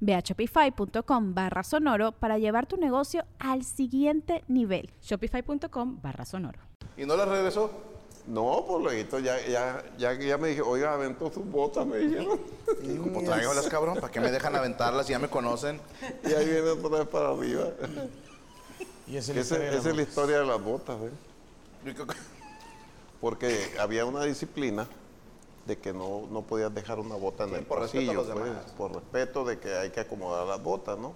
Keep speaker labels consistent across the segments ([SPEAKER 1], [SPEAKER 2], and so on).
[SPEAKER 1] Ve a shopify.com barra sonoro para llevar tu negocio al siguiente nivel.
[SPEAKER 2] Shopify.com barra sonoro.
[SPEAKER 3] Y no la regresó. No, por lo visto, ya, ya, ya, ya me dije, oiga, aventó sus botas, me dijeron.
[SPEAKER 4] Digo, pues tráigalas, cabrón, ¿para qué me dejan aventarlas si ya me conocen?
[SPEAKER 3] Y ahí viene otra vez para arriba.
[SPEAKER 5] Y es el
[SPEAKER 3] Ese-
[SPEAKER 5] historia de la
[SPEAKER 3] esa es la
[SPEAKER 5] voz.
[SPEAKER 3] historia de las botas, ¿eh? Porque había una disciplina de que no, no podías dejar una bota en
[SPEAKER 4] Sí,
[SPEAKER 3] el
[SPEAKER 4] por respeto a
[SPEAKER 3] pasillo,
[SPEAKER 4] los demás.
[SPEAKER 3] pues, por respeto de que hay que acomodar las botas, ¿no?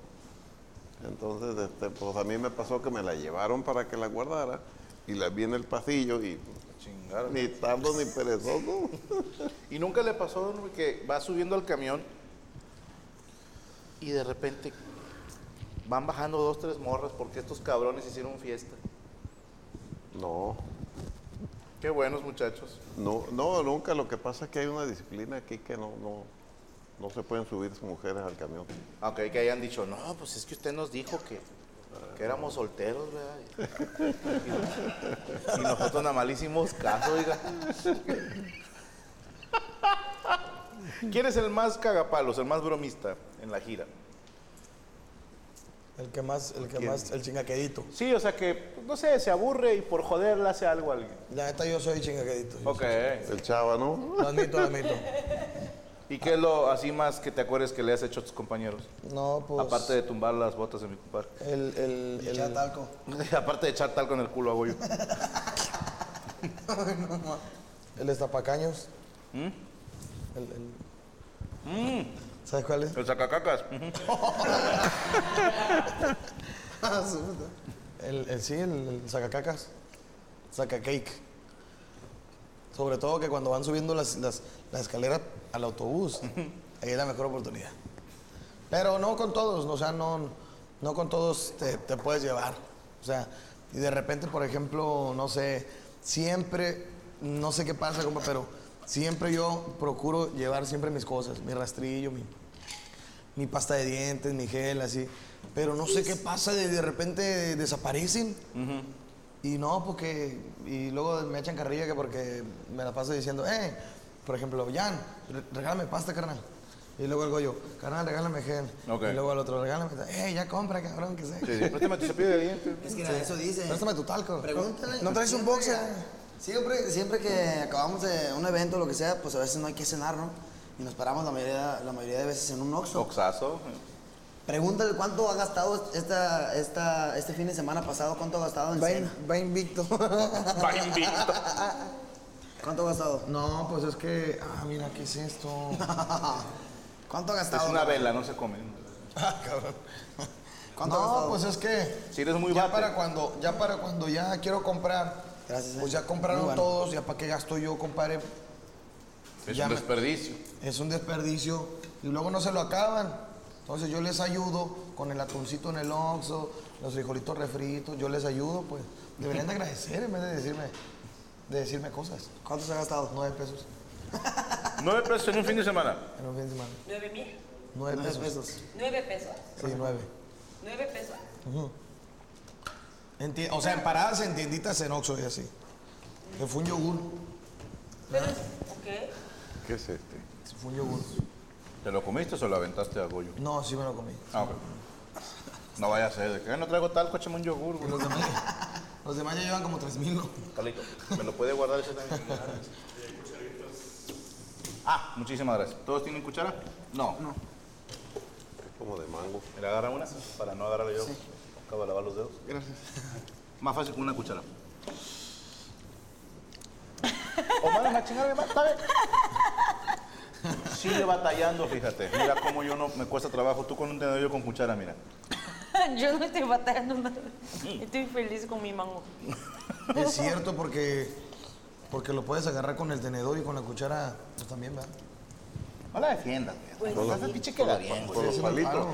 [SPEAKER 3] Entonces, este, pues a mí me pasó que me la llevaron para que la guardara y la vi en el pasillo y
[SPEAKER 4] Chingar.
[SPEAKER 3] ni tardo ni perezoso.
[SPEAKER 4] Y nunca le pasó güey, que va subiendo al camión y de repente van bajando dos, tres morras porque estos cabrones hicieron fiesta.
[SPEAKER 3] No,
[SPEAKER 4] Qué buenos muchachos.
[SPEAKER 3] no, no, nunca. Lo que pasa es que hay una disciplina aquí que no, no, no se pueden subir mujeres al camión.
[SPEAKER 4] Aunque hay que hayan dicho, no, pues es que usted nos dijo que, que éramos solteros, ¿verdad? Y, y nosotros nada más le hicimos caso, diga. ¿Quién es el más cagapalos, el más bromista en la gira?
[SPEAKER 5] El que más, el que más, el chingaquedito.
[SPEAKER 4] Sí, o sea que, pues, no sé, se aburre y por joder le hace algo a alguien.
[SPEAKER 5] La neta yo soy chingaquedito. yo
[SPEAKER 4] Ok.
[SPEAKER 3] El chava, ¿no?
[SPEAKER 5] soy- Lo admito, lo admito.
[SPEAKER 4] ¿Y qué es lo así más que te acuerdes que le has hecho a tus compañeros?
[SPEAKER 6] No, pues.
[SPEAKER 4] Aparte de tumbar las botas de mi compadre.
[SPEAKER 6] El, el, el chatalco.
[SPEAKER 4] Aparte de echar tal con el culo a Goyo.
[SPEAKER 6] El estapacaños. El, el- ¿Sabes cuál es?
[SPEAKER 4] El sacacacas.
[SPEAKER 6] El, el- sí, el, el sacacacas. Sacacake. Sobre todo que cuando van subiendo las, las, las escaleras al autobús, ahí es la mejor oportunidad. Pero no con todos, o sea, no, no con todos te, te puedes llevar. O sea, y de repente, por ejemplo, no sé, siempre, no sé qué pasa, compa, pero siempre yo procuro llevar siempre mis cosas, mi rastrillo, mi, mi pasta de dientes, mi gel, así. Pero no sé qué pasa, de, de repente desaparecen. Y no, porque. Y luego me echan carrilla que porque me la paso diciendo, eh, por ejemplo, Jan, re- regálame pasta, carnal. Y luego el Goyo, carnal, regálame gel.
[SPEAKER 4] Ok.
[SPEAKER 6] Y luego al otro, regálame. Eh, ya compra, cabrón, que sé.
[SPEAKER 4] Sí, sí. Préstame tu cepillo de dientes.
[SPEAKER 7] Es que eso dice.
[SPEAKER 6] Préstame tu talco.
[SPEAKER 7] Pregúntale.
[SPEAKER 6] ¿No traes un
[SPEAKER 7] Siempre-
[SPEAKER 6] boxer?
[SPEAKER 7] Siempre, siempre que acabamos de un evento o lo que sea, pues a veces no hay que cenar, ¿no? Y nos paramos la mayoría, la mayoría de veces en un Oxxo.
[SPEAKER 4] Oxazo.
[SPEAKER 7] Pregúntale cuánto ha gastado esta, esta, este fin de semana pasado, cuánto ha gastado en
[SPEAKER 6] Va, in-
[SPEAKER 7] cena.
[SPEAKER 6] va invicto.
[SPEAKER 4] Va invicto.
[SPEAKER 7] ¿Cuánto ha gastado?
[SPEAKER 6] no, pues es que. Ah, mira, ¿qué es esto?
[SPEAKER 7] ¿Cuánto ha
[SPEAKER 4] Es
[SPEAKER 7] gastado?
[SPEAKER 4] una vela, no se come.
[SPEAKER 6] Ah, cabrón.
[SPEAKER 7] ¿Cuánto ha
[SPEAKER 6] no,
[SPEAKER 7] gastado?
[SPEAKER 6] pues es que.
[SPEAKER 4] Si eres muy
[SPEAKER 6] ya
[SPEAKER 4] bate.
[SPEAKER 6] para cuando ya para cuando ya quiero comprar
[SPEAKER 7] Gracias, eh.
[SPEAKER 6] pues ya compraron
[SPEAKER 7] Muy bueno.
[SPEAKER 6] todos ya para qué gasto yo compadre
[SPEAKER 4] Es
[SPEAKER 6] Ya
[SPEAKER 4] un
[SPEAKER 6] me-
[SPEAKER 4] desperdicio.
[SPEAKER 6] es un desperdicio y luego no se lo acaban entonces yo les ayudo con el atuncito en el oxo los frijolitos refritos yo les ayudo pues deberían de agradecer en vez de decirme de decirme cosas
[SPEAKER 7] ¿Cuánto se ha gastado?
[SPEAKER 6] nueve pesos
[SPEAKER 4] Nueve pesos pues, en un fin de semana.
[SPEAKER 6] en un fin de semana
[SPEAKER 8] ¿Nueve mil?
[SPEAKER 6] nueve,
[SPEAKER 7] Nueve
[SPEAKER 6] pesos.
[SPEAKER 7] pesos.
[SPEAKER 8] Nueve pesos.
[SPEAKER 6] sí nueve
[SPEAKER 8] Nueve pesos.
[SPEAKER 6] En ti- o sea en paradas en tienditas en oxo y así que fue un yogur
[SPEAKER 8] Pero, ok.
[SPEAKER 3] ¿Qué es este?
[SPEAKER 6] fue un yogur
[SPEAKER 4] ¿Te lo comiste o se lo aventaste a Goyo?
[SPEAKER 6] no sí me lo comí
[SPEAKER 4] Ah, ok. No vaya a ser, de que "Ay, no traigo tal, échame un yogur,
[SPEAKER 6] Y
[SPEAKER 4] güey".
[SPEAKER 6] Los demás, los demás ya llevan como 3.000, ¿no?
[SPEAKER 4] Carlito, ¿me lo puede guardar ese también? Ah, muchísimas gracias. ¿Todos tienen cuchara? No. No.
[SPEAKER 3] Como de mango.
[SPEAKER 4] Mira, agarra una para no agarrar yo. Acabo de lavar los dedos. Gracias. Más fácil con una cuchara. O mandan a chingar a mi madre, ¿sabe? Sigue batallando, fíjate. Mira cómo yo no me cuesta trabajo. Tú con un tenedor, yo con cuchara, mira.
[SPEAKER 8] Yo no estoy batallando nada.
[SPEAKER 4] Mm.
[SPEAKER 8] Estoy feliz con mi mango.
[SPEAKER 6] Es cierto porque, porque lo puedes agarrar con el tenedor y con la cuchara pues, también, ¿verdad?
[SPEAKER 4] No la defiendas, güey. No seas pinche que la bien,
[SPEAKER 3] Con
[SPEAKER 6] Pues,
[SPEAKER 3] los palitos.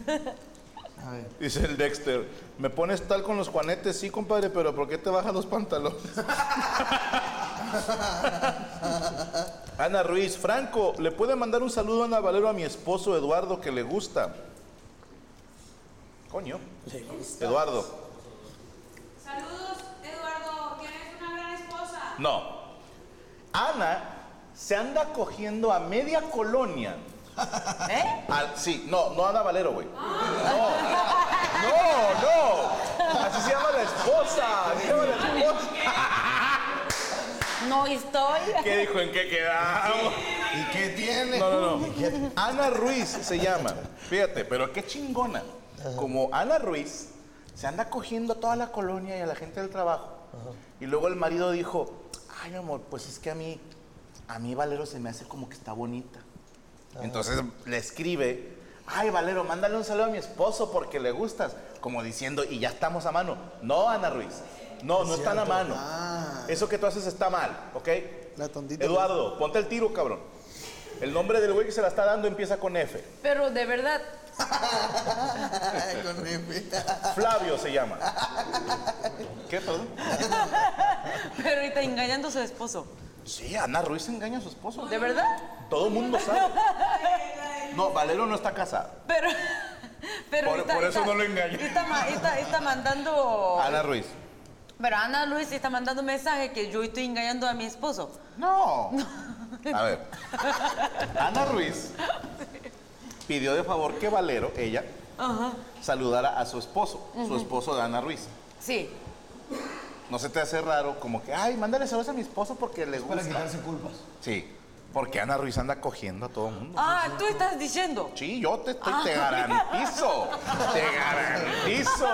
[SPEAKER 4] Dice el Dexter, me pones tal con los juanetes, sí, compadre, pero ¿por qué te bajas los pantalones? Ana Ruiz, Franco, ¿le puede mandar un saludo a Ana Valero a mi esposo Eduardo que le gusta? Coño. Eduardo.
[SPEAKER 9] Saludos, Eduardo. Tienes una gran esposa.
[SPEAKER 4] No. Ana se anda cogiendo a media colonia.
[SPEAKER 8] ¿Eh?
[SPEAKER 4] Al- sí, no, no Ana Valero, güey. No. No, no. Así se llama la esposa. Así se llama la esposa.
[SPEAKER 8] No estoy.
[SPEAKER 4] ¿Qué dijo? ¿En qué quedamos?
[SPEAKER 6] ¿Y qué tiene?
[SPEAKER 4] No, no, no. Ana Ruiz se llama. Fíjate, pero qué chingona. Como Ana Ruiz se anda cogiendo a toda la colonia y a la gente del trabajo. Y luego el marido dijo, ay, mi amor, pues es que a mí, a mí Valero se me hace como que está bonita. Entonces le escribe, ay, Valero, mándale un saludo a mi esposo porque le gustas. Como diciendo, y ya estamos a mano. No, Ana Ruiz. No, no están a mano. Eso que tú haces está mal, ¿ok?
[SPEAKER 6] La tontita.
[SPEAKER 4] Eduardo, ponte el tiro, cabrón. El nombre del güey que se la está dando empieza con F.
[SPEAKER 8] Pero de verdad,
[SPEAKER 7] Con F.
[SPEAKER 4] Flavio se llama. ¿Qué, perdón?
[SPEAKER 8] pero está engañando a su esposo.
[SPEAKER 4] Sí, Ana Ruiz engaña a su esposo.
[SPEAKER 8] ¿De verdad?
[SPEAKER 4] Todo el mundo sabe. No, Valero no está casado.
[SPEAKER 8] Pero. pero
[SPEAKER 4] Por- por eso no lo engañé.
[SPEAKER 8] Está, ma- está- está mandando.
[SPEAKER 4] Ana Ruiz.
[SPEAKER 8] Pero Ana Luis está mandando mensaje que yo estoy engañando a mi esposo.
[SPEAKER 4] No. A ver. Ana Ruiz pidió de favor que Valero, ella, saludara a su esposo, su esposo de Ana Ruiz.
[SPEAKER 8] Sí.
[SPEAKER 4] No se te hace raro, como que, ay, mándale saludos a mi esposo porque le gusta.
[SPEAKER 6] Para quitarse culpas.
[SPEAKER 4] Sí, porque Ana Ruiz anda cogiendo a todo el mundo.
[SPEAKER 8] Ah, tú estás diciendo.
[SPEAKER 4] Sí, yo te, estoy- te
[SPEAKER 8] Ah.
[SPEAKER 4] garantizo, te garantizo.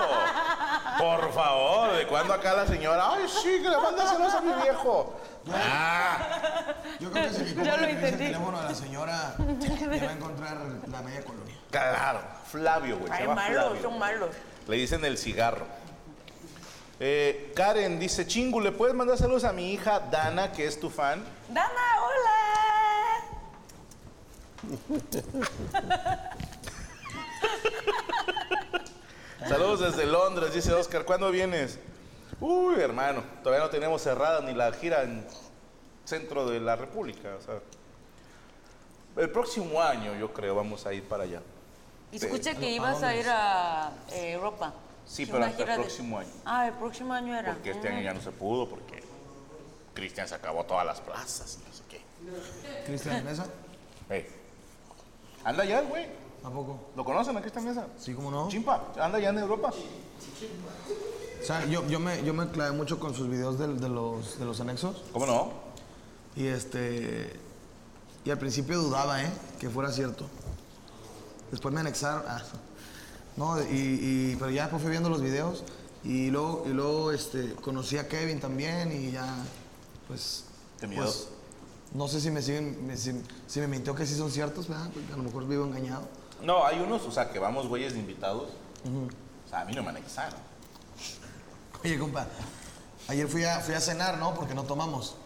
[SPEAKER 4] Por favor, ¿de cuándo acá la señora? Ay, sí, que le manda saludos a mi viejo. Ah,
[SPEAKER 6] Yo creo que si mi
[SPEAKER 8] Ya
[SPEAKER 6] compa
[SPEAKER 8] lo
[SPEAKER 6] le pisa el
[SPEAKER 8] entendí.
[SPEAKER 6] teléfono de la señora, ya va a encontrar la media colonia.
[SPEAKER 4] claro, Flavio, güey. se
[SPEAKER 8] Ay,
[SPEAKER 4] llama
[SPEAKER 8] malos,
[SPEAKER 4] Flavio.
[SPEAKER 8] son malos.
[SPEAKER 4] Le dicen el cigarro. Eh, Karen dice, chingu, ¿le puedes mandar saludos a mi hija Dana, que es tu fan?
[SPEAKER 8] Dana, hola.
[SPEAKER 4] Saludos desde Londres, dice Oscar, ¿cuándo vienes? Uy, hermano, todavía no tenemos cerrada ni la gira en centro de la República. o sea. el próximo año, yo creo, vamos a ir para allá.
[SPEAKER 8] Y escuché que ibas a ir a eh, Europa.
[SPEAKER 4] Sí,
[SPEAKER 8] Que
[SPEAKER 4] pero
[SPEAKER 8] una
[SPEAKER 4] hasta el
[SPEAKER 8] gira de-
[SPEAKER 4] próximo año.
[SPEAKER 8] Ah, el próximo año era.
[SPEAKER 4] Porque este año ya no se pudo, porque Cristian se acabó todas las plazas y no sé qué.
[SPEAKER 6] Cristian Mesa,
[SPEAKER 4] Ey. Anda allá, el güey.
[SPEAKER 6] ¿a poco?
[SPEAKER 4] ¿Lo conocen a Cristian Mesa?
[SPEAKER 6] Sí, ¿cómo no?
[SPEAKER 4] Chimpa, anda allá en Europa.
[SPEAKER 6] O sea, yo, yo, me, yo me clavé mucho con sus videos del- de, los, de los anexos.
[SPEAKER 4] ¿Cómo no?
[SPEAKER 6] Y este. Y al principio dudaba, ¿eh? Que fuera cierto. Después me anexaron. ah, no, y, y- Pero ya después fui viendo los videos. Y luego, y luego este, conocí a Kevin también. Y ya. Pues.
[SPEAKER 4] Qué miedo.
[SPEAKER 6] pues, no sé si me siguen. me- si, si me mintió que sí son ciertos, ¿verdad? Porque a lo mejor vivo engañado.
[SPEAKER 4] No, hay unos, o sea, que vamos güeyes de invitados. O sea, a mí no me anexaron.
[SPEAKER 6] Oye, compa, ayer fui a, fui a cenar, ¿no? Porque no tomamos.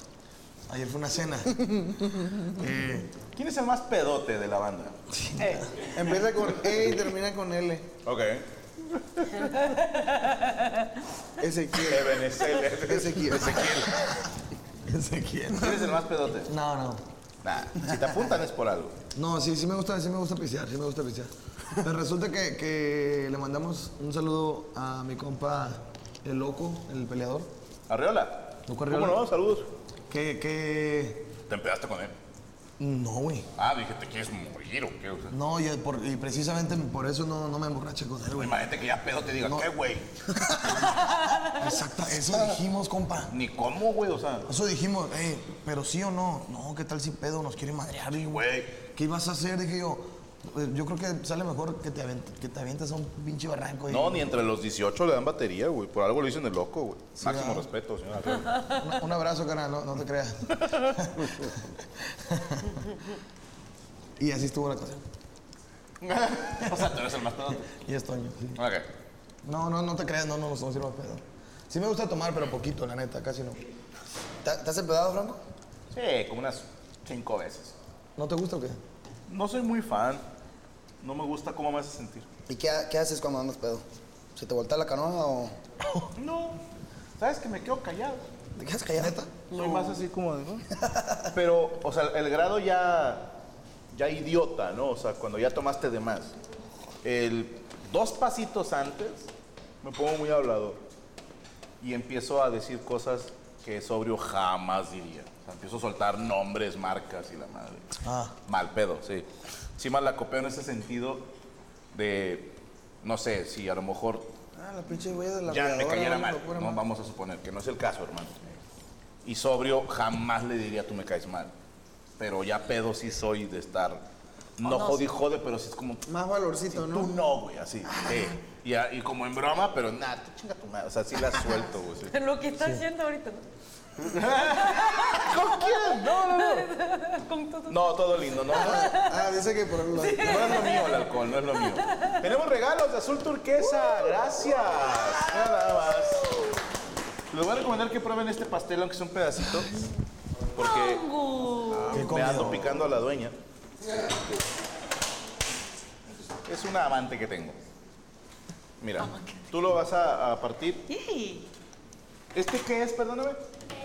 [SPEAKER 6] Ayer fue una cena. Eh,
[SPEAKER 4] ¿Quién es el más pedote de la banda?
[SPEAKER 7] Empieza con E y termina con L.
[SPEAKER 4] Ok.
[SPEAKER 7] Ezequiel.
[SPEAKER 4] Ebenezer.
[SPEAKER 7] Ezequiel.
[SPEAKER 6] Ezequiel.
[SPEAKER 4] ¿Quién es el más pedote?
[SPEAKER 6] No, no.
[SPEAKER 4] Nah, si te apuntan es por algo.
[SPEAKER 6] No, sí, sí me gusta, sí me gusta pisear, sí me gusta pisear. Pero resulta que, que le mandamos un saludo a mi compa, el loco, el peleador.
[SPEAKER 4] Arriola.
[SPEAKER 6] Loco Arriola.
[SPEAKER 4] ¿Cómo no? Saludos.
[SPEAKER 6] Que, que...
[SPEAKER 4] ¿Te empedaste con él?
[SPEAKER 6] No, güey.
[SPEAKER 4] Ah, dije, ¿te quieres morir o qué? O sea,
[SPEAKER 6] No, y, por- y precisamente por eso no, no me emborraché con él, güey.
[SPEAKER 4] imagínate que ya pedo te diga,
[SPEAKER 6] No.
[SPEAKER 4] ¿qué, güey?
[SPEAKER 6] Exacto, eso dijimos, compa.
[SPEAKER 4] Ni cómo, güey, o sea.
[SPEAKER 6] Eso dijimos, eh, pero sí o no. No, ¿qué tal si pedo nos quiere madrear?
[SPEAKER 4] Güey.
[SPEAKER 6] ¿Qué ibas a hacer? Dije yo, eh, yo creo que sale mejor que te, avent- que te avientes a un pinche barranco. y-
[SPEAKER 4] No, ni entre los 18 le dan batería, güey. Por algo lo dicen el loco, güey. Máximo
[SPEAKER 6] ¿verdad?
[SPEAKER 4] respeto, señora.
[SPEAKER 6] Un- Un abrazo, carnal, no, no te creas. y así estuvo la cosa.
[SPEAKER 4] o sea, tú eres el más pedo.
[SPEAKER 6] Y es Toño, sí.
[SPEAKER 4] Ok.
[SPEAKER 6] No, no, no te creas, no, no, no, no sirvo pedo. Sí me gusta tomar, pero poquito, la neta, casi no.
[SPEAKER 7] ¿Te, te has empedado, Franco?
[SPEAKER 4] Sí, como unas cinco veces.
[SPEAKER 6] ¿No te gusta o qué?
[SPEAKER 4] No soy muy fan. No me gusta cómo me hace sentir.
[SPEAKER 7] ¿Y qué, ha- qué haces cuando andas pedo? ¿Se te voltea la canoa o
[SPEAKER 4] No. ¿Sabes que me quedo callado?
[SPEAKER 7] te quedas callado?
[SPEAKER 4] Soy más así como de, ¿no? Pero, o sea, el grado ya, ya idiota, ¿no? O sea, cuando ya tomaste de más. El, dos pasitos antes me pongo muy hablador y empiezo a decir cosas que sobrio jamás diría. O sea, empiezo a soltar nombres, marcas y la madre. Mal pedo, sí. Sí, mal la copeo en ese sentido de, no sé, si a lo mejor
[SPEAKER 7] Ah, la pinche güey de la
[SPEAKER 4] ya me
[SPEAKER 7] apiadora,
[SPEAKER 4] cayera
[SPEAKER 7] ¿no?
[SPEAKER 4] mal.
[SPEAKER 7] Locura,
[SPEAKER 4] No,
[SPEAKER 7] man.
[SPEAKER 4] vamos a suponer que no es el caso, hermano. Y sobrio jamás le diría tú me caes mal. Pero ya pedo sí soy de estar. No jode, y jode, pero sí es como.
[SPEAKER 7] Más valorcito,
[SPEAKER 4] Tú no, güey, así. eh. Y, a- y como en broma, pero nada, tú chinga tu madre. O sea, sí la suelto, güey. sí.
[SPEAKER 8] Ah. Lo que está haciendo ahorita.
[SPEAKER 4] ¿Con quién? No, no, no.
[SPEAKER 8] Con todo.
[SPEAKER 4] No, todo lindo, no, no.
[SPEAKER 7] Ah, dice que por algún lado.
[SPEAKER 4] No es lo mío el alcohol, no es lo mío. Tenemos regalos de azul turquesa, gracias. Nada más. Les voy a recomendar que prueben este pastel, aunque sea un pedacito. Porque me ando picando a la dueña. Es una amante que tengo. Mira, tú lo vas a, a partir.
[SPEAKER 8] Yay.
[SPEAKER 4] ¿Este qué es? Perdóname.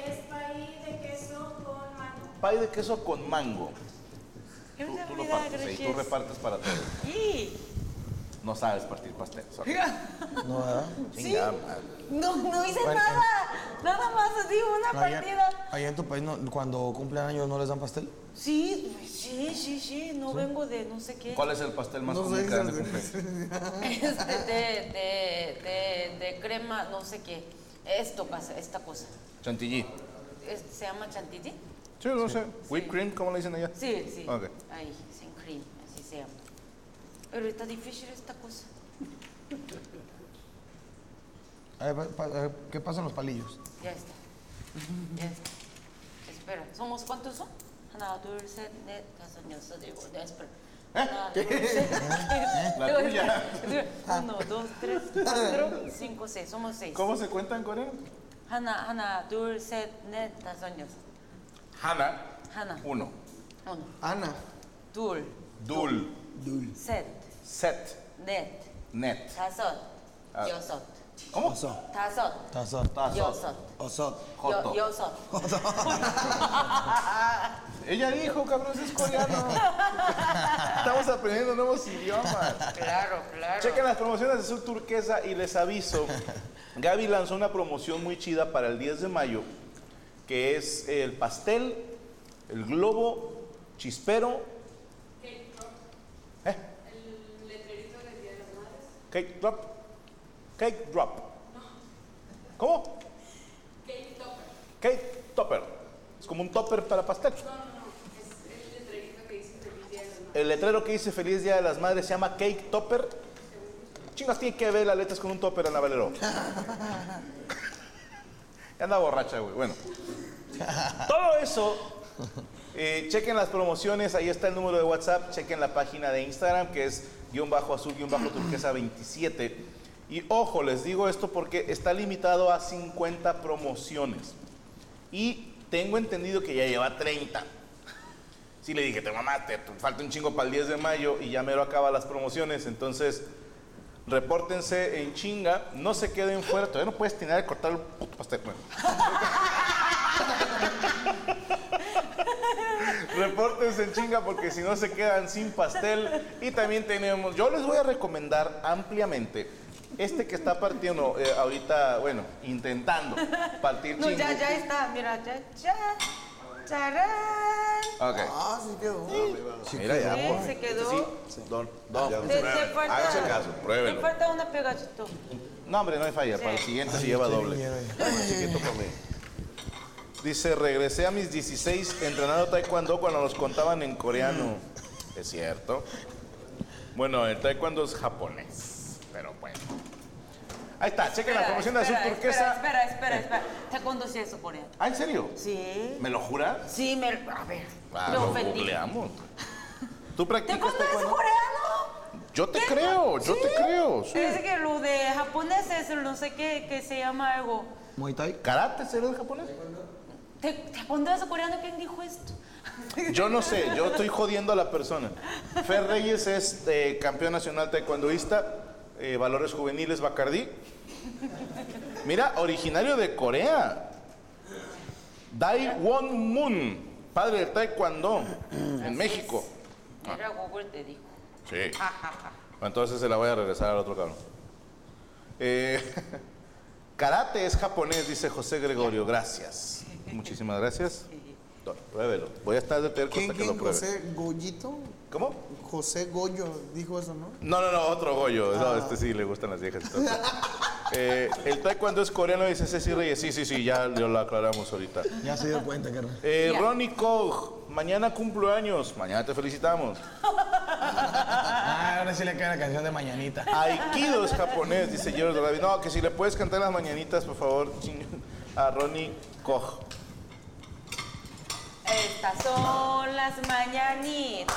[SPEAKER 9] Es país de queso con mango.
[SPEAKER 4] Pay de queso con mango.
[SPEAKER 8] Yo
[SPEAKER 4] Tú,
[SPEAKER 8] no
[SPEAKER 4] tú
[SPEAKER 8] sabía
[SPEAKER 4] lo
[SPEAKER 8] nada,
[SPEAKER 4] partes ahí, tú
[SPEAKER 8] gracias.
[SPEAKER 4] repartes para todos.
[SPEAKER 8] Yay.
[SPEAKER 4] No sabes partir pastel. sorry.
[SPEAKER 6] No, ¿verdad?
[SPEAKER 4] Chingada madre.
[SPEAKER 8] No, no hice
[SPEAKER 6] Bueno,
[SPEAKER 8] nada. Nada más así, una
[SPEAKER 6] No, allá,
[SPEAKER 8] partida.
[SPEAKER 6] allá en tu país, no- cuando cumplen años, ¿no les dan pastel?
[SPEAKER 8] Sí, sí, sí, sí. No vengo de no sé qué.
[SPEAKER 4] ¿Cuál es el pastel más común que dan de cumpleaños?
[SPEAKER 8] Este, de, de, de, de crema, no sé qué. Esto pasa, esta cosa.
[SPEAKER 4] Chantilly.
[SPEAKER 8] Es- ¿Se llama chantilly?
[SPEAKER 4] Sí, no sé. Whipped cream, ¿cómo le dicen allá?
[SPEAKER 8] Sí, sí.
[SPEAKER 4] Ok.
[SPEAKER 8] Ahí, sin cream, así se llama. Pero está difícil esta cosa.
[SPEAKER 6] A ver, pa- pa- a ver, ¿Qué pasa en los palillos?
[SPEAKER 8] Ya está. Ya está. Espera, ¿somos cuántos son? Ana Dulce, Net, Casañoso, digo, ya, espera. Ana Dulce.
[SPEAKER 4] ¿Eh? La tuya.
[SPEAKER 8] Uno, dos, tres, cuatro, cinco, seis. Somos seis.
[SPEAKER 4] ¿Cómo se cuenta en Corea?
[SPEAKER 8] Hana, Hana, Dulce, Net, Casañoso.
[SPEAKER 4] Hana.
[SPEAKER 8] Hana.
[SPEAKER 4] Uno.
[SPEAKER 8] Uno.
[SPEAKER 7] Ana.
[SPEAKER 8] Dul,
[SPEAKER 4] Dul.
[SPEAKER 8] Set,
[SPEAKER 4] Set.
[SPEAKER 8] Net,
[SPEAKER 4] Net.
[SPEAKER 8] Tasot,
[SPEAKER 4] Ah.
[SPEAKER 8] Yosot.
[SPEAKER 4] ¿Cómo?
[SPEAKER 8] Tasot,
[SPEAKER 6] Taza.
[SPEAKER 8] Yosot.
[SPEAKER 7] Osot.
[SPEAKER 8] Yo,
[SPEAKER 4] Joto.
[SPEAKER 8] yo soy.
[SPEAKER 4] Ella dijo, cabrón, eso es coreano. Estamos aprendiendo nuevos idiomas.
[SPEAKER 8] Claro, claro.
[SPEAKER 4] Chequen las promociones de Sur Turquesa y les aviso, Gaby lanzó una promoción muy chida para el 10 de mayo, que es el pastel, el globo, chispero. ¿Eh? El letrerito del Día de las Madres. Cake drop. Cake drop. ¿Cómo? Cake topper. Cake topper. Es como un topper para pastel. El letrero que dice Feliz Día de las Madres se llama Cake Topper. Chingas tiene que ver las letras con un topper, Ana Valero. Ya anda borracha, güey. Bueno. Todo eso. eh, chequen las promociones, ahí está el número de WhatsApp, chequen la página de Instagram que es guión bajo azul guión bajo turquesa 27. Y ojo, les digo esto porque está limitado a 50 promociones. Y tengo entendido que ya lleva 30. Sí, le dije, te mamaste, te falta un chingo para el 10 de mayo y ya mero acaba las promociones. Entonces, repórtense en chinga, no se queden fuera. Todavía no puedes tener que cortar el puto pastel. bueno. repórtense en chinga porque si no se quedan sin pastel. Y también tenemos, yo les voy a recomendar ampliamente. Este que está partiendo eh, ahorita, bueno, intentando partir
[SPEAKER 8] No,
[SPEAKER 4] chingo.
[SPEAKER 8] ya, ya está. Mira, ya, ya. Charán.
[SPEAKER 4] Ok.
[SPEAKER 7] Ah, sí quedó.
[SPEAKER 4] Mira ya,
[SPEAKER 8] ¿eh? Sí,
[SPEAKER 4] pues.
[SPEAKER 8] se quedó.
[SPEAKER 4] Sí, don, don.
[SPEAKER 8] Te, te falta.
[SPEAKER 4] Hágase caso,
[SPEAKER 8] Te
[SPEAKER 4] pruébelo.
[SPEAKER 8] falta una pegachito.
[SPEAKER 4] No, hombre, no hay falla. Para el
[SPEAKER 8] Sí.
[SPEAKER 4] siguiente se lleva doble. Chiquito conmigo. Dice, regresé a mis 16 entrenando taekwondo cuando nos contaban en coreano. Es cierto. Bueno, el taekwondo es japonés, pero bueno. Ahí está, chequen la
[SPEAKER 8] Espera,
[SPEAKER 4] promoción de azul
[SPEAKER 8] espera,
[SPEAKER 4] turquesa.
[SPEAKER 8] Espera, espera, espera. Taekwondo sí es Corea.
[SPEAKER 4] Ah, ¿en serio?
[SPEAKER 8] Sí.
[SPEAKER 4] ¿Me lo juras?
[SPEAKER 8] Sí, me. A ver.
[SPEAKER 4] Ah,
[SPEAKER 8] me
[SPEAKER 4] lo
[SPEAKER 8] ofendí.
[SPEAKER 4] googleamos. ¿Tú practicas
[SPEAKER 8] ¿Taekwondo es
[SPEAKER 4] taekwondo?
[SPEAKER 8] coreano?
[SPEAKER 4] Yo te creo, yo te creo. sí.
[SPEAKER 8] Dice que lo de japonés es el no sé qué, que se llama algo.
[SPEAKER 7] Muay Thai.
[SPEAKER 4] ¿Karate será el japonés?
[SPEAKER 8] ¿Te, taekwondo es coreano? ¿Quién dijo esto?
[SPEAKER 4] Yo no sé, yo estoy jodiendo a la persona. Fer Reyes es eh, campeón nacional taekwondoísta, eh, valores juveniles Bacardí. Mira, originario de Corea. Dai Won Moon, padre del taekwondo en México. Ah.
[SPEAKER 8] Era Google te dijo.
[SPEAKER 4] Sí.
[SPEAKER 5] Ah,
[SPEAKER 4] Entonces se la voy a regresar al otro cabrón. Eh, karate es japonés, dice José Gregorio. Gracias. Muchísimas gracias. Don, Pruébelo. Voy a estar de terco
[SPEAKER 5] ¿Quién,
[SPEAKER 4] hasta que lo
[SPEAKER 5] quién?
[SPEAKER 4] pruebe.
[SPEAKER 5] José Goyito.
[SPEAKER 4] ¿Cómo?
[SPEAKER 5] José Goyo dijo eso, ¿no?
[SPEAKER 4] No, no, no, otro Goyo.
[SPEAKER 5] Ah.
[SPEAKER 4] No, este sí le gustan las viejas. entonces. Eh, el taekwondo es coreano, dice Ceci Reyes. Sí, sí, sí, ya lo lo aclaramos ahorita.
[SPEAKER 5] Ya se dio cuenta, carnal.
[SPEAKER 4] Eh, Ronnie Koch, mañana cumplo años. Mañana te felicitamos.
[SPEAKER 5] Ah, ahora sí le cae la canción de Mañanita.
[SPEAKER 4] Aikido es japonés, dice Gerard David. No, que si le puedes cantar las mañanitas, por favor, ching- a Ronnie Koch.
[SPEAKER 8] Estas son las mañanitas.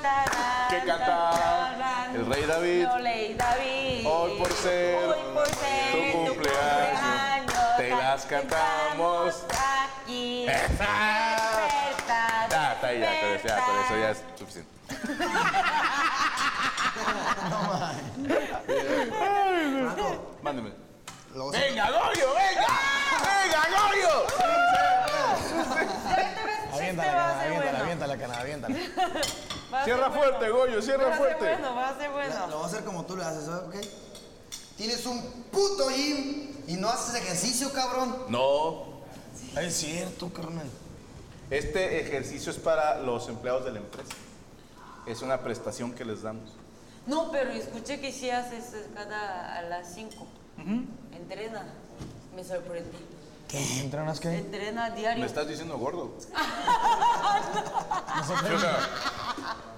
[SPEAKER 8] tararán,
[SPEAKER 4] Que canta
[SPEAKER 8] tararán.
[SPEAKER 4] el rey David.
[SPEAKER 8] No, Rey David.
[SPEAKER 4] Hoy por ser
[SPEAKER 8] Hoy por ser
[SPEAKER 4] tu cumpleaños, te las cantamos
[SPEAKER 8] aquí.
[SPEAKER 4] ¡Esa!
[SPEAKER 8] Despertar,
[SPEAKER 4] Ya, Ah, está ahí, ya, con eso, ya, con eso ya es suficiente.
[SPEAKER 7] Franco,
[SPEAKER 4] Mándeme.
[SPEAKER 7] lo vas a-
[SPEAKER 4] ¡Venga, Goyo, venga! ¡Venga, Goyo!
[SPEAKER 8] este
[SPEAKER 5] Aviéntala, carnal, aviéntala, aviéntala, carnal, aviéntala.
[SPEAKER 4] Cierra fuerte, Goyo, cierra
[SPEAKER 8] Va a
[SPEAKER 4] fuerte.
[SPEAKER 8] ser bueno, va a ser
[SPEAKER 7] Lo
[SPEAKER 8] bueno.
[SPEAKER 7] voy a hacer como tú lo haces, ¿sabes? ¿ok? Tienes un puto gym y no haces ejercicio, cabrón.
[SPEAKER 4] No,
[SPEAKER 5] Ah, Es cierto, carnal.
[SPEAKER 4] este ejercicio es para los empleados de la empresa. Es una prestación que les damos.
[SPEAKER 8] No, pero escuché que sí haces cada a las 5. Entrena. Me sorprendí.
[SPEAKER 5] ¿Qué? ¿Entrenas qué?
[SPEAKER 8] Entrena diario.
[SPEAKER 4] Me estás diciendo gordo. Sí, o sea,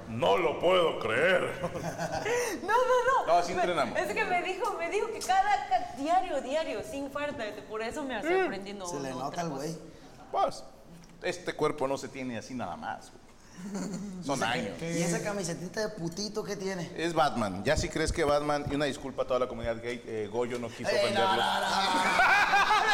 [SPEAKER 4] no lo puedo creer.
[SPEAKER 8] No, no, no.
[SPEAKER 4] No, sí entrenamos.
[SPEAKER 8] Es que me dijo, me dijo que cada, ca- diario, diario, sin falta. Por eso me ha sorprendido.
[SPEAKER 7] Se le nota al güey.
[SPEAKER 4] Pues, este cuerpo no se tiene así nada más. güey. Son años.
[SPEAKER 7] ¿Y esa camisetita de putito que tiene?
[SPEAKER 4] Es Batman. Ya si crees que Batman, y una disculpa a toda la comunidad gay, eh, Goyo no quiso
[SPEAKER 7] Ey, no,
[SPEAKER 4] venderlo.
[SPEAKER 7] no, no.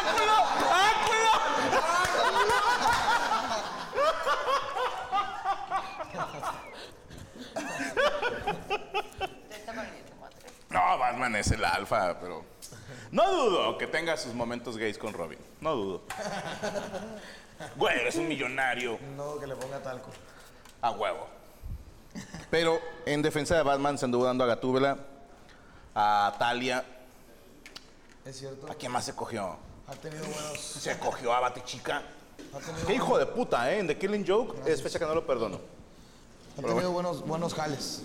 [SPEAKER 4] No, Batman es el alfa, pero. No dudo que tenga sus momentos gays con Robin. No dudo. Güey, eres un millonario.
[SPEAKER 5] No, que le ponga talco.
[SPEAKER 4] A huevo. Pero en defensa de Batman se anduvo dando a Gatúbela, a Talia.
[SPEAKER 5] Es cierto.
[SPEAKER 4] ¿A quién más se cogió?
[SPEAKER 5] Ha tenido buenos.
[SPEAKER 4] Se cogió a Batichica.
[SPEAKER 5] Ha tenido,
[SPEAKER 4] Qué hijo de puta, ¿eh? En The Killing Joke es fecha que no lo perdono.
[SPEAKER 5] ha tenido buenos, buenos jales.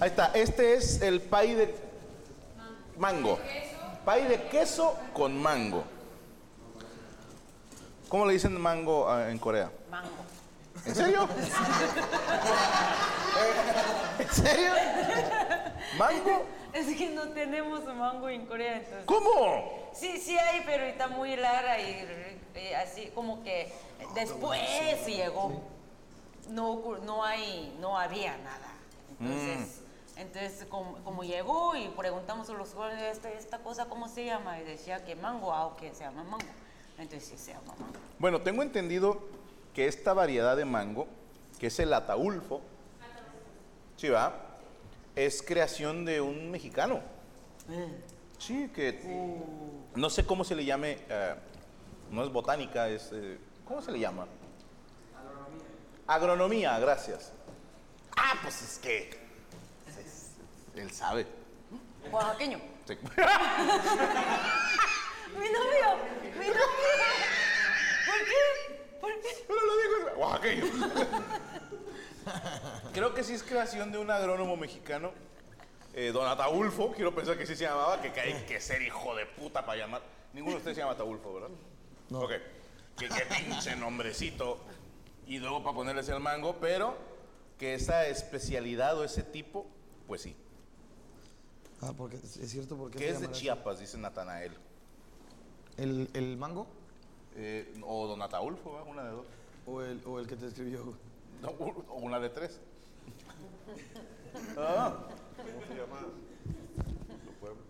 [SPEAKER 4] Ahí está, este es el pay de mango. Pay de queso con mango. ¿Cómo le dicen mango ah, en Corea?
[SPEAKER 8] Mango.
[SPEAKER 4] ¿En serio? ¿En serio? ¿Mango?
[SPEAKER 8] Es que no tenemos mango en Corea, entonces.
[SPEAKER 4] ¿Cómo?
[SPEAKER 8] Sí, sí hay, pero está muy larga y, y así como que después llegó. No, ocu- no hay, no había nada. Entonces,
[SPEAKER 4] Mm.
[SPEAKER 8] entonces como, como llegó y preguntamos a los jóvenes esta, esta cosa cómo se llama y decía que mango, ah, ok, se llama mango. Entonces sí se llama mango.
[SPEAKER 4] Bueno, tengo entendido que esta variedad de mango, que es el ataulfo, ¿sí va? Es creación de un mexicano. Sí, que no sé cómo se le llame, eh, no es botánica, es eh, ¿cómo se le llama? Agronomía. Agronomía, gracias. Ah, pues es que es- él sabe.
[SPEAKER 8] Oaxaqueño.
[SPEAKER 4] Sí.
[SPEAKER 8] Mi novio, mi novio. ¿Por qué? ¿Por qué?
[SPEAKER 4] Pero lo digo, oaxaqueño. Creo que sí es creación de un agrónomo mexicano, eh, don Ataulfo, quiero pensar que sí se llamaba, que hay que ser hijo de puta para llamar. Ninguno de ustedes se llama Ataulfo, ¿verdad? No. Ok. Que, que pinche nombrecito. Y luego para ponerles el mango, pero que esa especialidad o ese tipo Pues sí.
[SPEAKER 7] Ah, porque es cierto porque
[SPEAKER 4] Que es de Chiapas, dice Natanael.
[SPEAKER 7] ¿El, el mango
[SPEAKER 4] Eh, o Don Ataulfo, ¿verdad? una de dos.
[SPEAKER 7] o el, o el que te escribió?
[SPEAKER 4] No, u- o una de tres.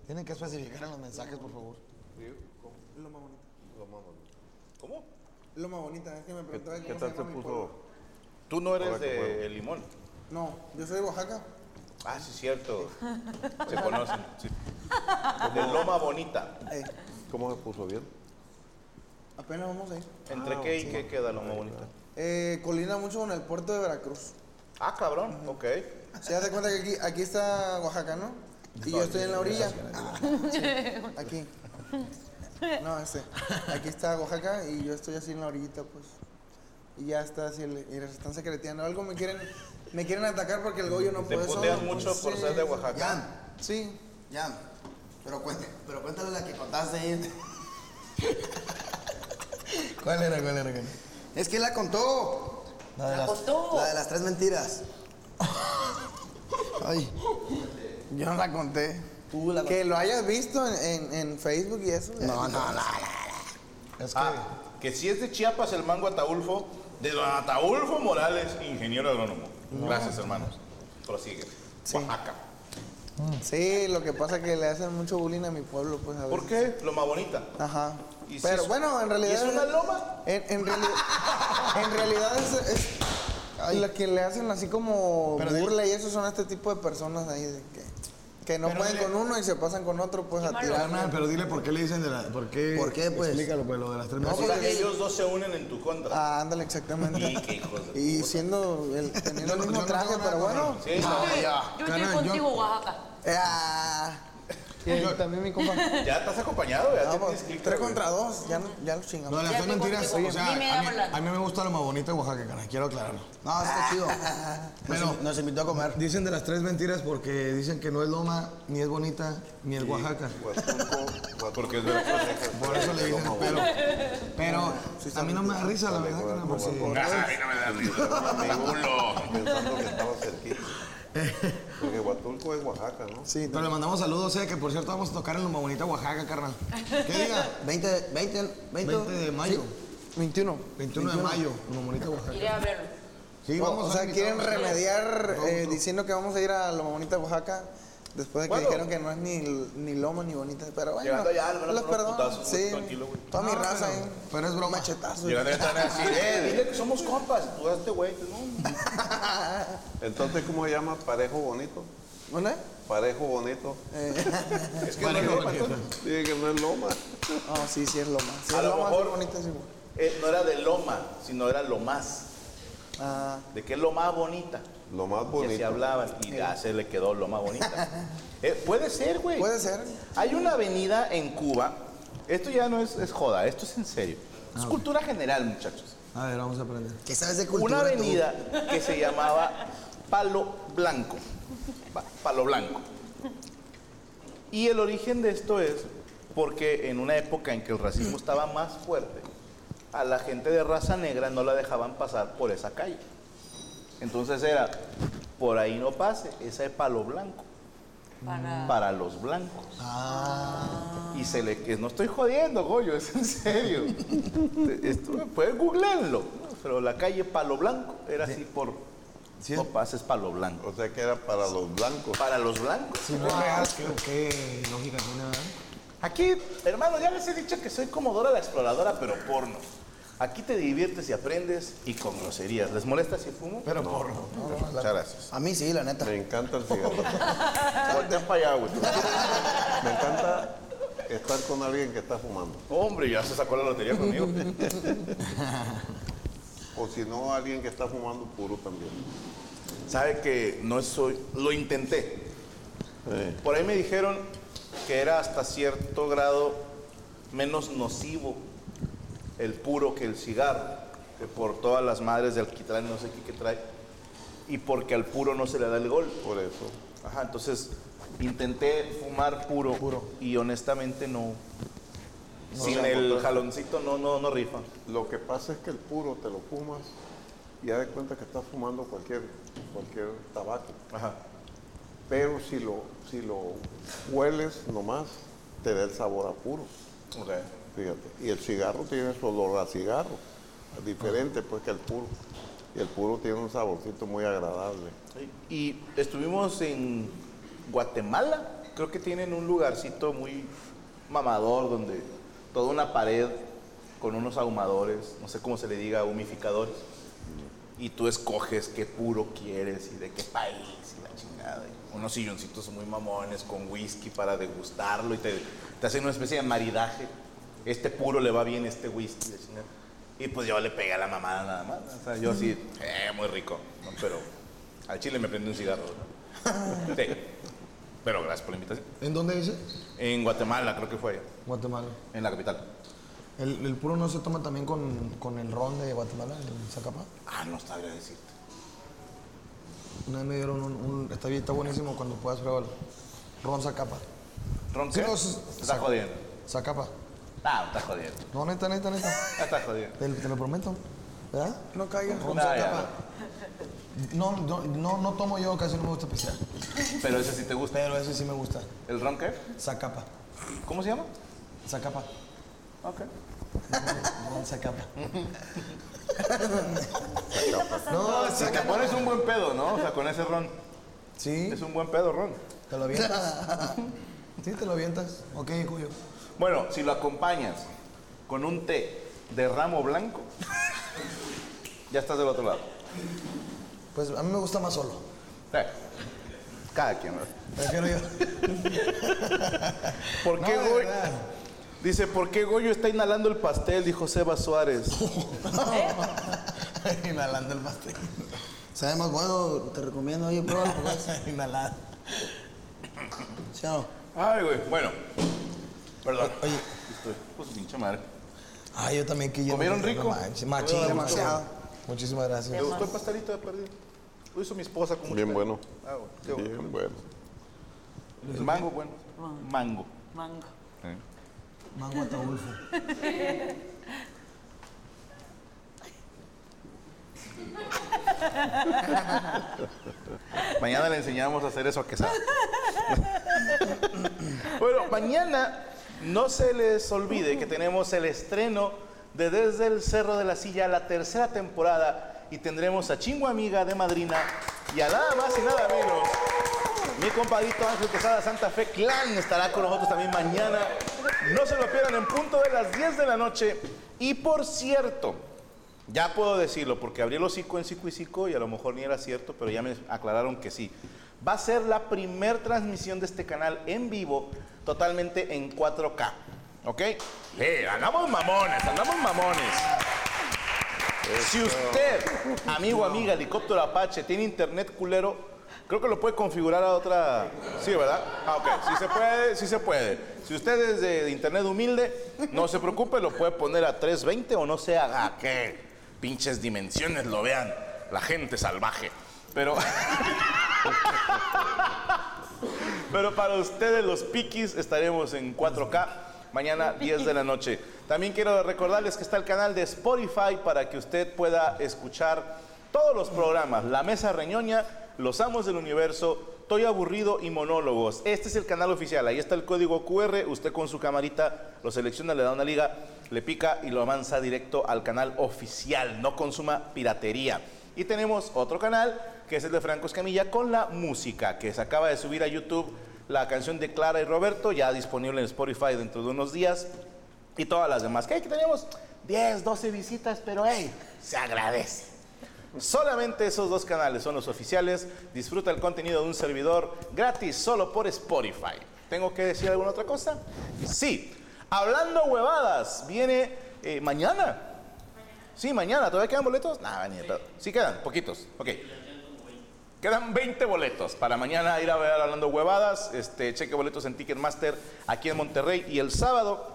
[SPEAKER 7] Tienen que especificar en los mensajes, por favor.
[SPEAKER 6] Lo más bonito.
[SPEAKER 4] ¿Cómo?
[SPEAKER 6] Lo más bonito es que me preguntaba
[SPEAKER 3] ¿Qué
[SPEAKER 6] cómo
[SPEAKER 3] tal
[SPEAKER 6] se
[SPEAKER 3] se
[SPEAKER 6] llama mi pueblo.
[SPEAKER 3] puso?
[SPEAKER 4] Tú no eres
[SPEAKER 3] Ahora que
[SPEAKER 4] de
[SPEAKER 3] puedo.
[SPEAKER 4] El Limón.
[SPEAKER 6] No, yo soy de Oaxaca.
[SPEAKER 4] Ah, sí, cierto. Se conocen. sí. De Loma Bonita.
[SPEAKER 6] Eh,
[SPEAKER 3] ¿Cómo se puso bien?
[SPEAKER 6] apenas vamos ahí.
[SPEAKER 4] ¿Entre qué y qué queda Loma Bonita?
[SPEAKER 6] Eh, colina mucho con el puerto de Veracruz.
[SPEAKER 4] Ah, cabrón. Ok.
[SPEAKER 6] Se hace cuenta que aquí, aquí está Oaxaca, ¿no? Y yo estoy en la orilla. Ah, sí, aquí. No, este. Aquí está Oaxaca y yo estoy así en la orillita, pues. Y ya está así, el- y les están secreteando. Algo me quieren, me quieren atacar porque el Goyo no
[SPEAKER 4] Te
[SPEAKER 6] puede
[SPEAKER 4] putean
[SPEAKER 6] solo,
[SPEAKER 4] mucho
[SPEAKER 6] pues,
[SPEAKER 4] por
[SPEAKER 6] sí.
[SPEAKER 4] ser de Oaxaca.
[SPEAKER 10] Ya,
[SPEAKER 6] Sí.
[SPEAKER 10] ya. Pero, cuente, pero cuéntale la que contaste ahí.
[SPEAKER 7] ¿Cuál era, cuál era? cuál era?
[SPEAKER 10] Es que la contó.
[SPEAKER 7] La de
[SPEAKER 8] La
[SPEAKER 7] las-
[SPEAKER 8] costó.
[SPEAKER 10] La de las tres mentiras.
[SPEAKER 6] Ay. Yo no la conté.
[SPEAKER 10] Tú la
[SPEAKER 6] Que lo hayas visto en, en- en Facebook y eso. ya.
[SPEAKER 10] No, no, no.
[SPEAKER 7] Es que
[SPEAKER 4] Ah, que si es de Chiapas el mango Ataulfo, de Don Ataulfo Morales, ingeniero agrónomo. Gracias, hermanos. Prosigue. Oaxaca.
[SPEAKER 6] Sí, lo que pasa es que le hacen mucho bullying a mi pueblo, pues a
[SPEAKER 4] ¿Por
[SPEAKER 6] veces.
[SPEAKER 4] qué? Loma Bonita.
[SPEAKER 6] Ajá.
[SPEAKER 4] ¿Y si
[SPEAKER 6] Pero
[SPEAKER 4] es-
[SPEAKER 6] bueno, en realidad.
[SPEAKER 4] ¿y es una loma?
[SPEAKER 6] En, en realidad, en realidad es. es la que le hacen así como
[SPEAKER 7] Pero
[SPEAKER 6] burla y eso son este tipo de personas ahí de que, que no
[SPEAKER 7] Pero
[SPEAKER 6] pueden
[SPEAKER 7] dile-
[SPEAKER 6] con uno y se pasan con otro, pues a tirar.
[SPEAKER 7] Carnal, pero dile por qué le dicen de la. ¿Por qué?
[SPEAKER 10] ¿Por qué, pues?
[SPEAKER 7] Explícalo, pues, lo de las tres
[SPEAKER 4] O
[SPEAKER 7] mentiras.
[SPEAKER 4] sea, ellos dos se unen en tu contra.
[SPEAKER 6] Ah, ándale, exactamente.
[SPEAKER 4] Y qué hijos de
[SPEAKER 6] Y siendo el, teniendo
[SPEAKER 7] Yo
[SPEAKER 6] el
[SPEAKER 7] no-
[SPEAKER 6] mismo
[SPEAKER 7] yo no
[SPEAKER 6] traje,
[SPEAKER 7] tengo nada
[SPEAKER 6] pero
[SPEAKER 7] con
[SPEAKER 6] bueno.
[SPEAKER 4] Sí, no, ya.
[SPEAKER 8] Yo estoy
[SPEAKER 7] Caray, yo-
[SPEAKER 8] contigo, Oaxaca.
[SPEAKER 6] Eh, ah. Y también mi compa.
[SPEAKER 4] Ya estás acompañado, ya
[SPEAKER 6] Vamos,
[SPEAKER 4] tienes
[SPEAKER 10] pues,
[SPEAKER 4] clic.
[SPEAKER 6] tres
[SPEAKER 4] güey.
[SPEAKER 6] contra dos, ya, no- ya lo chingamos.
[SPEAKER 7] No, las
[SPEAKER 8] Ya
[SPEAKER 7] tres
[SPEAKER 8] te
[SPEAKER 7] mentiras.
[SPEAKER 8] contigo.
[SPEAKER 7] O sea,
[SPEAKER 8] Ni me
[SPEAKER 7] a mí,
[SPEAKER 8] hablan.
[SPEAKER 7] a mí me gusta lo más bonito de Oaxaca, carnal. Quiero aclararlo.
[SPEAKER 10] No, está chido.
[SPEAKER 7] Bueno.
[SPEAKER 10] Nos, nos invitó a comer.
[SPEAKER 7] Dicen de las tres mentiras porque dicen que no es Loma, ni es bonita, ni es Oaxaca.
[SPEAKER 3] Huatulco,
[SPEAKER 4] Porque es verdad.
[SPEAKER 7] Por eso le dicen pero. Pero a mí no me da risa, la verdad, carnal, porque-
[SPEAKER 4] Ah, a mí no me da risa. Ninguno.
[SPEAKER 3] pensando que estaba cerquita. Porque Huatulco es Oaxaca, ¿no?
[SPEAKER 7] Sí, pero le mandamos saludos, eh, que por cierto vamos a tocar en Loma Bonita, Oaxaca, carnal. ¿Qué diga?
[SPEAKER 10] 20, 20, 20,
[SPEAKER 7] 20 de mayo.
[SPEAKER 6] 21.
[SPEAKER 7] 21 de mayo, Loma Bonita, Oaxaca.
[SPEAKER 8] Iré a verlo.
[SPEAKER 7] Sí,
[SPEAKER 6] o sea,
[SPEAKER 7] a
[SPEAKER 6] quieren
[SPEAKER 7] invitar-
[SPEAKER 6] remediar eh,
[SPEAKER 7] Pronto.
[SPEAKER 6] diciendo que vamos a ir a Loma Bonita, Oaxaca, después de que
[SPEAKER 4] ¿Cuándo?
[SPEAKER 6] dijeron que no es ni, ni Loma ni Bonita. Pero bueno,
[SPEAKER 4] Llegando allá, le van a
[SPEAKER 6] los
[SPEAKER 4] poner
[SPEAKER 6] perdono.
[SPEAKER 4] putazos,
[SPEAKER 6] sí,
[SPEAKER 4] tranquilo, güey.
[SPEAKER 6] toda mi
[SPEAKER 7] No,
[SPEAKER 6] raza,
[SPEAKER 7] pero-
[SPEAKER 6] ¿eh?
[SPEAKER 7] pero es broma.
[SPEAKER 6] Machetazo.
[SPEAKER 4] Y la neta van a decir, eh, dile que somos compas. Tú hazte güey. pues, No,
[SPEAKER 3] Entonces, ¿cómo se llama? Parejo bonito.
[SPEAKER 6] ¿Una?
[SPEAKER 3] Parejo bonito.
[SPEAKER 4] es que no es Loma, entonces.
[SPEAKER 3] Dije que no es loma.
[SPEAKER 6] Oh, sí, sí es Loma. Sí,
[SPEAKER 4] A
[SPEAKER 6] es
[SPEAKER 4] lo
[SPEAKER 6] Loma,
[SPEAKER 4] mejor-
[SPEAKER 6] sí, Bonita, sí, güey.
[SPEAKER 4] Eh, no era de Loma, sino era lo más.
[SPEAKER 6] Ah,
[SPEAKER 4] ¿De qué lo más bonita?
[SPEAKER 3] Lo más
[SPEAKER 4] Que se
[SPEAKER 3] bonito.
[SPEAKER 4] hablaban y ya se le quedó lo más bonita. Eh, puede ser, güey.
[SPEAKER 6] puede ser.
[SPEAKER 4] Hay una avenida en Cuba. Esto ya no es, es joda, esto es en serio. Es cultura general, muchachos.
[SPEAKER 7] A ver, vamos a aprender.
[SPEAKER 10] ¿Qué sabes de cultura?
[SPEAKER 4] una
[SPEAKER 10] tú?
[SPEAKER 4] avenida que se llamaba Palo Blanco. Va, Palo Blanco. Y el origen de esto es porque en una época en que el racismo estaba más fuerte, a la gente de raza negra no la dejaban pasar por esa calle. Entonces era, por ahí no pase, esa es Palo Blanco,
[SPEAKER 8] Para...
[SPEAKER 4] para los blancos.
[SPEAKER 7] Ah.
[SPEAKER 4] Y se le que no estoy jodiendo, Goyo, es en serio. Esto, puedes googlearlo. Pero la calle Palo Blanco era así por
[SPEAKER 7] Sí.
[SPEAKER 4] no pases Palo Blanco.
[SPEAKER 3] O sea que era para los blancos.
[SPEAKER 4] Para los blancos.
[SPEAKER 7] Si no es
[SPEAKER 6] Ah,
[SPEAKER 7] real, qué, qué lógica tiene, ¿verdad?
[SPEAKER 4] Aquí, hermano, ya les he dicho que soy como Dora la exploradora, pero porno. Aquí te diviertes y aprendes y con groserías. ¿Les molesta si fumo?
[SPEAKER 7] Pero por.
[SPEAKER 4] Muchas gracias.
[SPEAKER 10] A mí sí, la neta.
[SPEAKER 3] Me encanta el cigarro.
[SPEAKER 4] Voltean para allá, güey.
[SPEAKER 3] Me encanta estar con alguien que está fumando.
[SPEAKER 4] Hombre, ya se sacó la lotería conmigo.
[SPEAKER 3] O si no, alguien que está fumando puro también.
[SPEAKER 4] Sabe que no soy. Lo intenté. Por ahí me dijeron que era hasta cierto grado menos nocivo el puro que el cigarro, que por todas las madres de alquitrán, no sé qué, que trae, y porque al puro no se le da el gol.
[SPEAKER 3] Por eso.
[SPEAKER 4] Ajá, entonces intenté fumar puro, y honestamente no. Sin
[SPEAKER 3] se
[SPEAKER 4] el
[SPEAKER 3] encontró.
[SPEAKER 4] jaloncito no, no, no rifa.
[SPEAKER 3] Lo que pasa es que el puro te lo fumas y ya de cuenta que estás fumando cualquier, cualquier tabaco.
[SPEAKER 4] Ajá.
[SPEAKER 3] Pero si lo, si lo hueles nomás, te da el sabor a puro.
[SPEAKER 4] Ok.
[SPEAKER 3] Fíjate. Y el cigarro tiene su olor a cigarro, diferente pues que el puro. Y el puro tiene un saborcito muy agradable.
[SPEAKER 4] Y estuvimos en Guatemala. Creo que tienen un lugarcito muy mamador donde toda una pared con unos ahumadores, no sé cómo se le diga, humificadores. Y tú escoges qué puro quieres y de qué país y la chingada. y unos silloncitos muy mamones con whisky para degustarlo y te, te hacen una especie de maridaje. Este puro le va bien, este whisky. la chingada. Y pues yo le pegué a la mamada nada más. O sea, yo así, eh, muy rico. ¿no? Pero al chile me prendí un cigarro. ¿no? Sí. Pero gracias por la invitación.
[SPEAKER 6] ¿En dónde dice?
[SPEAKER 4] En Guatemala, creo que fue,
[SPEAKER 6] Guatemala.
[SPEAKER 4] en la capital.
[SPEAKER 6] ¿El, el puro no se toma también con, con el ron de Guatemala, el Zacapa?
[SPEAKER 4] Ah, no sabría decirte.
[SPEAKER 6] Una vez me dieron un... un- está, bien, está buenísimo cuando puedas probarlo. Ron Zacapa.
[SPEAKER 4] ¿Ron
[SPEAKER 6] Sí,
[SPEAKER 4] qué?
[SPEAKER 6] no, es-
[SPEAKER 4] Te está jodiendo.
[SPEAKER 6] Zacapa.
[SPEAKER 4] Ah, está jodiendo.
[SPEAKER 6] No, neta, neta, neta.
[SPEAKER 4] Ya Está jodiendo.
[SPEAKER 6] Te, te lo prometo. ¿Verdad?
[SPEAKER 5] No caigas.
[SPEAKER 6] Ron
[SPEAKER 4] No, ya,
[SPEAKER 6] Zacapa. No, no, no, no tomo yo, casi no me gusta pistear.
[SPEAKER 4] Pero ese sí te gusta.
[SPEAKER 6] Pero ese sí me gusta.
[SPEAKER 4] ¿El ron qué?
[SPEAKER 6] Zacapa.
[SPEAKER 4] ¿Cómo se llama?
[SPEAKER 6] Zacapa.
[SPEAKER 4] Ok.
[SPEAKER 6] Ron Zacapa.
[SPEAKER 8] ¿Qué está pasando?
[SPEAKER 6] No,
[SPEAKER 4] Si te
[SPEAKER 6] Zacapa.
[SPEAKER 4] pones un buen pedo, ¿no? O sea, con ese ron.
[SPEAKER 6] Sí,
[SPEAKER 4] Es un buen pedo, ron.
[SPEAKER 6] te lo avientas. Sí, te lo avientas. Ok, Cuyo.
[SPEAKER 4] Bueno, si lo acompañas con un té de ramo blanco, ya estás del otro lado.
[SPEAKER 6] Pues a mí me gusta más solo.
[SPEAKER 4] O sea, cada quien, ¿verdad?
[SPEAKER 6] Prefiero yo.
[SPEAKER 4] ¿Por qué
[SPEAKER 6] No, de
[SPEAKER 4] Goyo?
[SPEAKER 6] verdad.
[SPEAKER 4] Dice, ¿por qué Goyo está inhalando el pastel? Dijo Seba Suárez.
[SPEAKER 6] Inhalando el pastel.
[SPEAKER 7] Sabe más bueno, te recomiendo, oye, pruébalo, pues.
[SPEAKER 6] Inhalando.
[SPEAKER 7] ¿Sí o no?
[SPEAKER 4] Ay, güey. Bueno. Perdón.
[SPEAKER 6] Oye.
[SPEAKER 4] Estoy- Pues pinche madre.
[SPEAKER 6] Ay, yo también que yo.
[SPEAKER 4] ¿Comieron
[SPEAKER 6] no
[SPEAKER 4] rico?
[SPEAKER 6] manches. Machín.
[SPEAKER 4] Comieron
[SPEAKER 6] machín.
[SPEAKER 5] demasiado.
[SPEAKER 6] Muchísimas
[SPEAKER 4] ¿Te
[SPEAKER 6] gracias.
[SPEAKER 4] gustó el pastelito de perdido? Lo hizo mi esposa con mucho
[SPEAKER 3] Bien
[SPEAKER 4] cariño.
[SPEAKER 3] bueno.
[SPEAKER 4] Ah, güey, qué bueno.
[SPEAKER 3] Bien bueno.
[SPEAKER 4] El mango, bueno. Mango.
[SPEAKER 8] Mango.
[SPEAKER 6] Mango Ataulfo.
[SPEAKER 4] Mañana le enseñamos a hacer eso a Quesada. bueno, mañana no se les olvide que tenemos el estreno de Desde el Cerro de la Silla, la tercera temporada, y tendremos a Chingo Amiga de Madrina y a nada más y nada menos. Mi compadrito Ángel Quesada Santa Fe Clan estará con nosotros también mañana. No se lo pierdan en punto de las 10 de la noche. Y por cierto, ya puedo decirlo porque abrí el hocico en Cico y Cico y a lo mejor ni era cierto, pero ya me aclararon que sí. Va a ser la primer transmisión de este canal en vivo, totalmente en 4K. ¿Ok? ¡Eh! ¡Andamos mamones! ¡Andamos mamones! Si usted, amigo, amiga, helicóptero Apache, tiene internet culero, creo que lo puede configurar a otra. Sí, ¿verdad? Ah, ok. Si se puede, sí se puede. Si usted es de, de internet humilde, no se preocupe, lo puede poner a 320 o no sé a a qué pinches dimensiones lo vean. La gente salvaje. Pero. Pero para ustedes los piquis estaremos en 4K mañana 10 de la noche. También quiero recordarles que está el canal de Spotify para que usted pueda escuchar todos los programas. La Mesa Reñoña, Los Amos del Universo, Toy Aburrido y Monólogos. Este es el canal oficial. Ahí está el código QR. Usted con su camarita lo selecciona, le da una liga, le pica y lo avanza directo al canal oficial. No consuma piratería. Y tenemos otro canal, que es el de Franco Escamilla, con la música, que se acaba de subir a YouTube la canción de Clara y Roberto, ya disponible en Spotify dentro de unos días, y todas las demás. Que que tenemos 10, 12 visitas, pero hey, se agradece. Solamente esos dos canales son los oficiales. Disfruta el contenido de un servidor gratis solo por Spotify. ¿Tengo que decir alguna otra cosa? Sí. Hablando huevadas, viene eh, mañana. Sí, mañana. ¿Todavía quedan boletos? Nada, ni de pedo. Sí quedan, poquitos. Ok. Quedan 20 boletos para mañana ir a ver Hablando Huevadas. Este, cheque boletos en Ticketmaster aquí en Monterrey. Y el sábado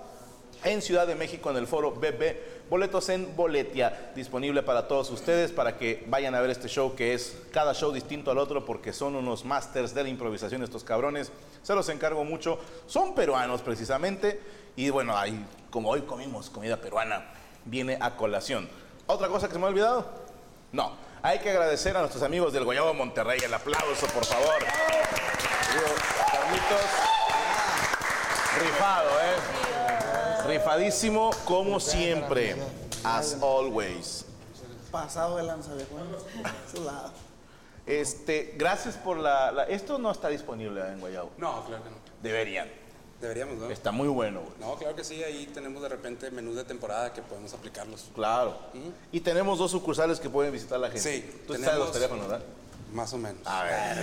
[SPEAKER 4] en Ciudad de México en el foro BB. Boletos en Boletia. Disponible para todos ustedes para que vayan a ver este show que es cada show distinto al otro porque son unos masters de la improvisación estos cabrones. Se los encargo mucho. Son peruanos precisamente. Y bueno, ahí, como hoy comimos comida peruana, viene a colación. ¿Otra cosa que se me ha olvidado? No. Hay que agradecer a nuestros amigos del Guayabo Monterrey. El aplauso, por favor. Digo, Carlitos, rifado, ¿eh? Rifadísimo como siempre. As always.
[SPEAKER 6] Pasado de lanza de juego. Chulada.
[SPEAKER 4] Este, gracias por la, la- Esto no está disponible en Guayabo.
[SPEAKER 7] No, claro que no.
[SPEAKER 4] Deberían.
[SPEAKER 7] Deberíamos, ¿no?
[SPEAKER 4] Está muy bueno, güey.
[SPEAKER 7] No, claro que sí, ahí tenemos de repente menús de temporada que podemos aplicarlos.
[SPEAKER 4] Claro. Y tenemos dos sucursales que pueden visitar la gente.
[SPEAKER 7] Sí,
[SPEAKER 4] Tú sabes los
[SPEAKER 7] tenemos-
[SPEAKER 4] teléfonos, ¿verdad?
[SPEAKER 7] Más o menos.
[SPEAKER 4] A ver.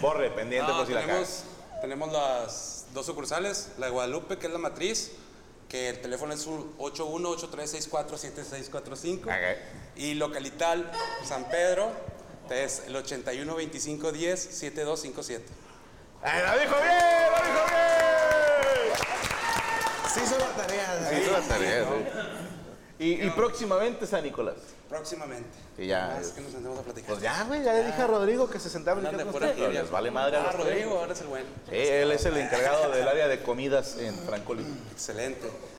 [SPEAKER 4] Borre, pendiente
[SPEAKER 7] No,
[SPEAKER 4] por si la
[SPEAKER 7] tenemos, tenemos las dos sucursales, la de Guadalupe, que es la matriz, que el teléfono es un 8183647645.
[SPEAKER 4] cagas.
[SPEAKER 7] Y localital, San Pedro, es el 8125107257.
[SPEAKER 4] ¡Ay, Eh, ¡Lo dijo bien! ¡Lo dijo bien!
[SPEAKER 6] Sí, hizo la tarea.
[SPEAKER 4] Sí, la tarea, Y, y próximamente San Nicolás.
[SPEAKER 7] Próximamente.
[SPEAKER 4] Y ya,
[SPEAKER 6] Ah,
[SPEAKER 7] Más
[SPEAKER 4] es-
[SPEAKER 7] que nos sentemos a platicar.
[SPEAKER 4] Pues ya, güey, ya le dije a Rodrigo que se sentaba en
[SPEAKER 7] Andan de
[SPEAKER 4] el
[SPEAKER 7] pura
[SPEAKER 4] usted.
[SPEAKER 7] gira.
[SPEAKER 4] Les vale madre a
[SPEAKER 7] Ah,
[SPEAKER 4] los tres.
[SPEAKER 7] Rodrigo, ahora es el bueno.
[SPEAKER 4] Sí, él es el encargado del área de comidas en Francolín.
[SPEAKER 7] Excelente.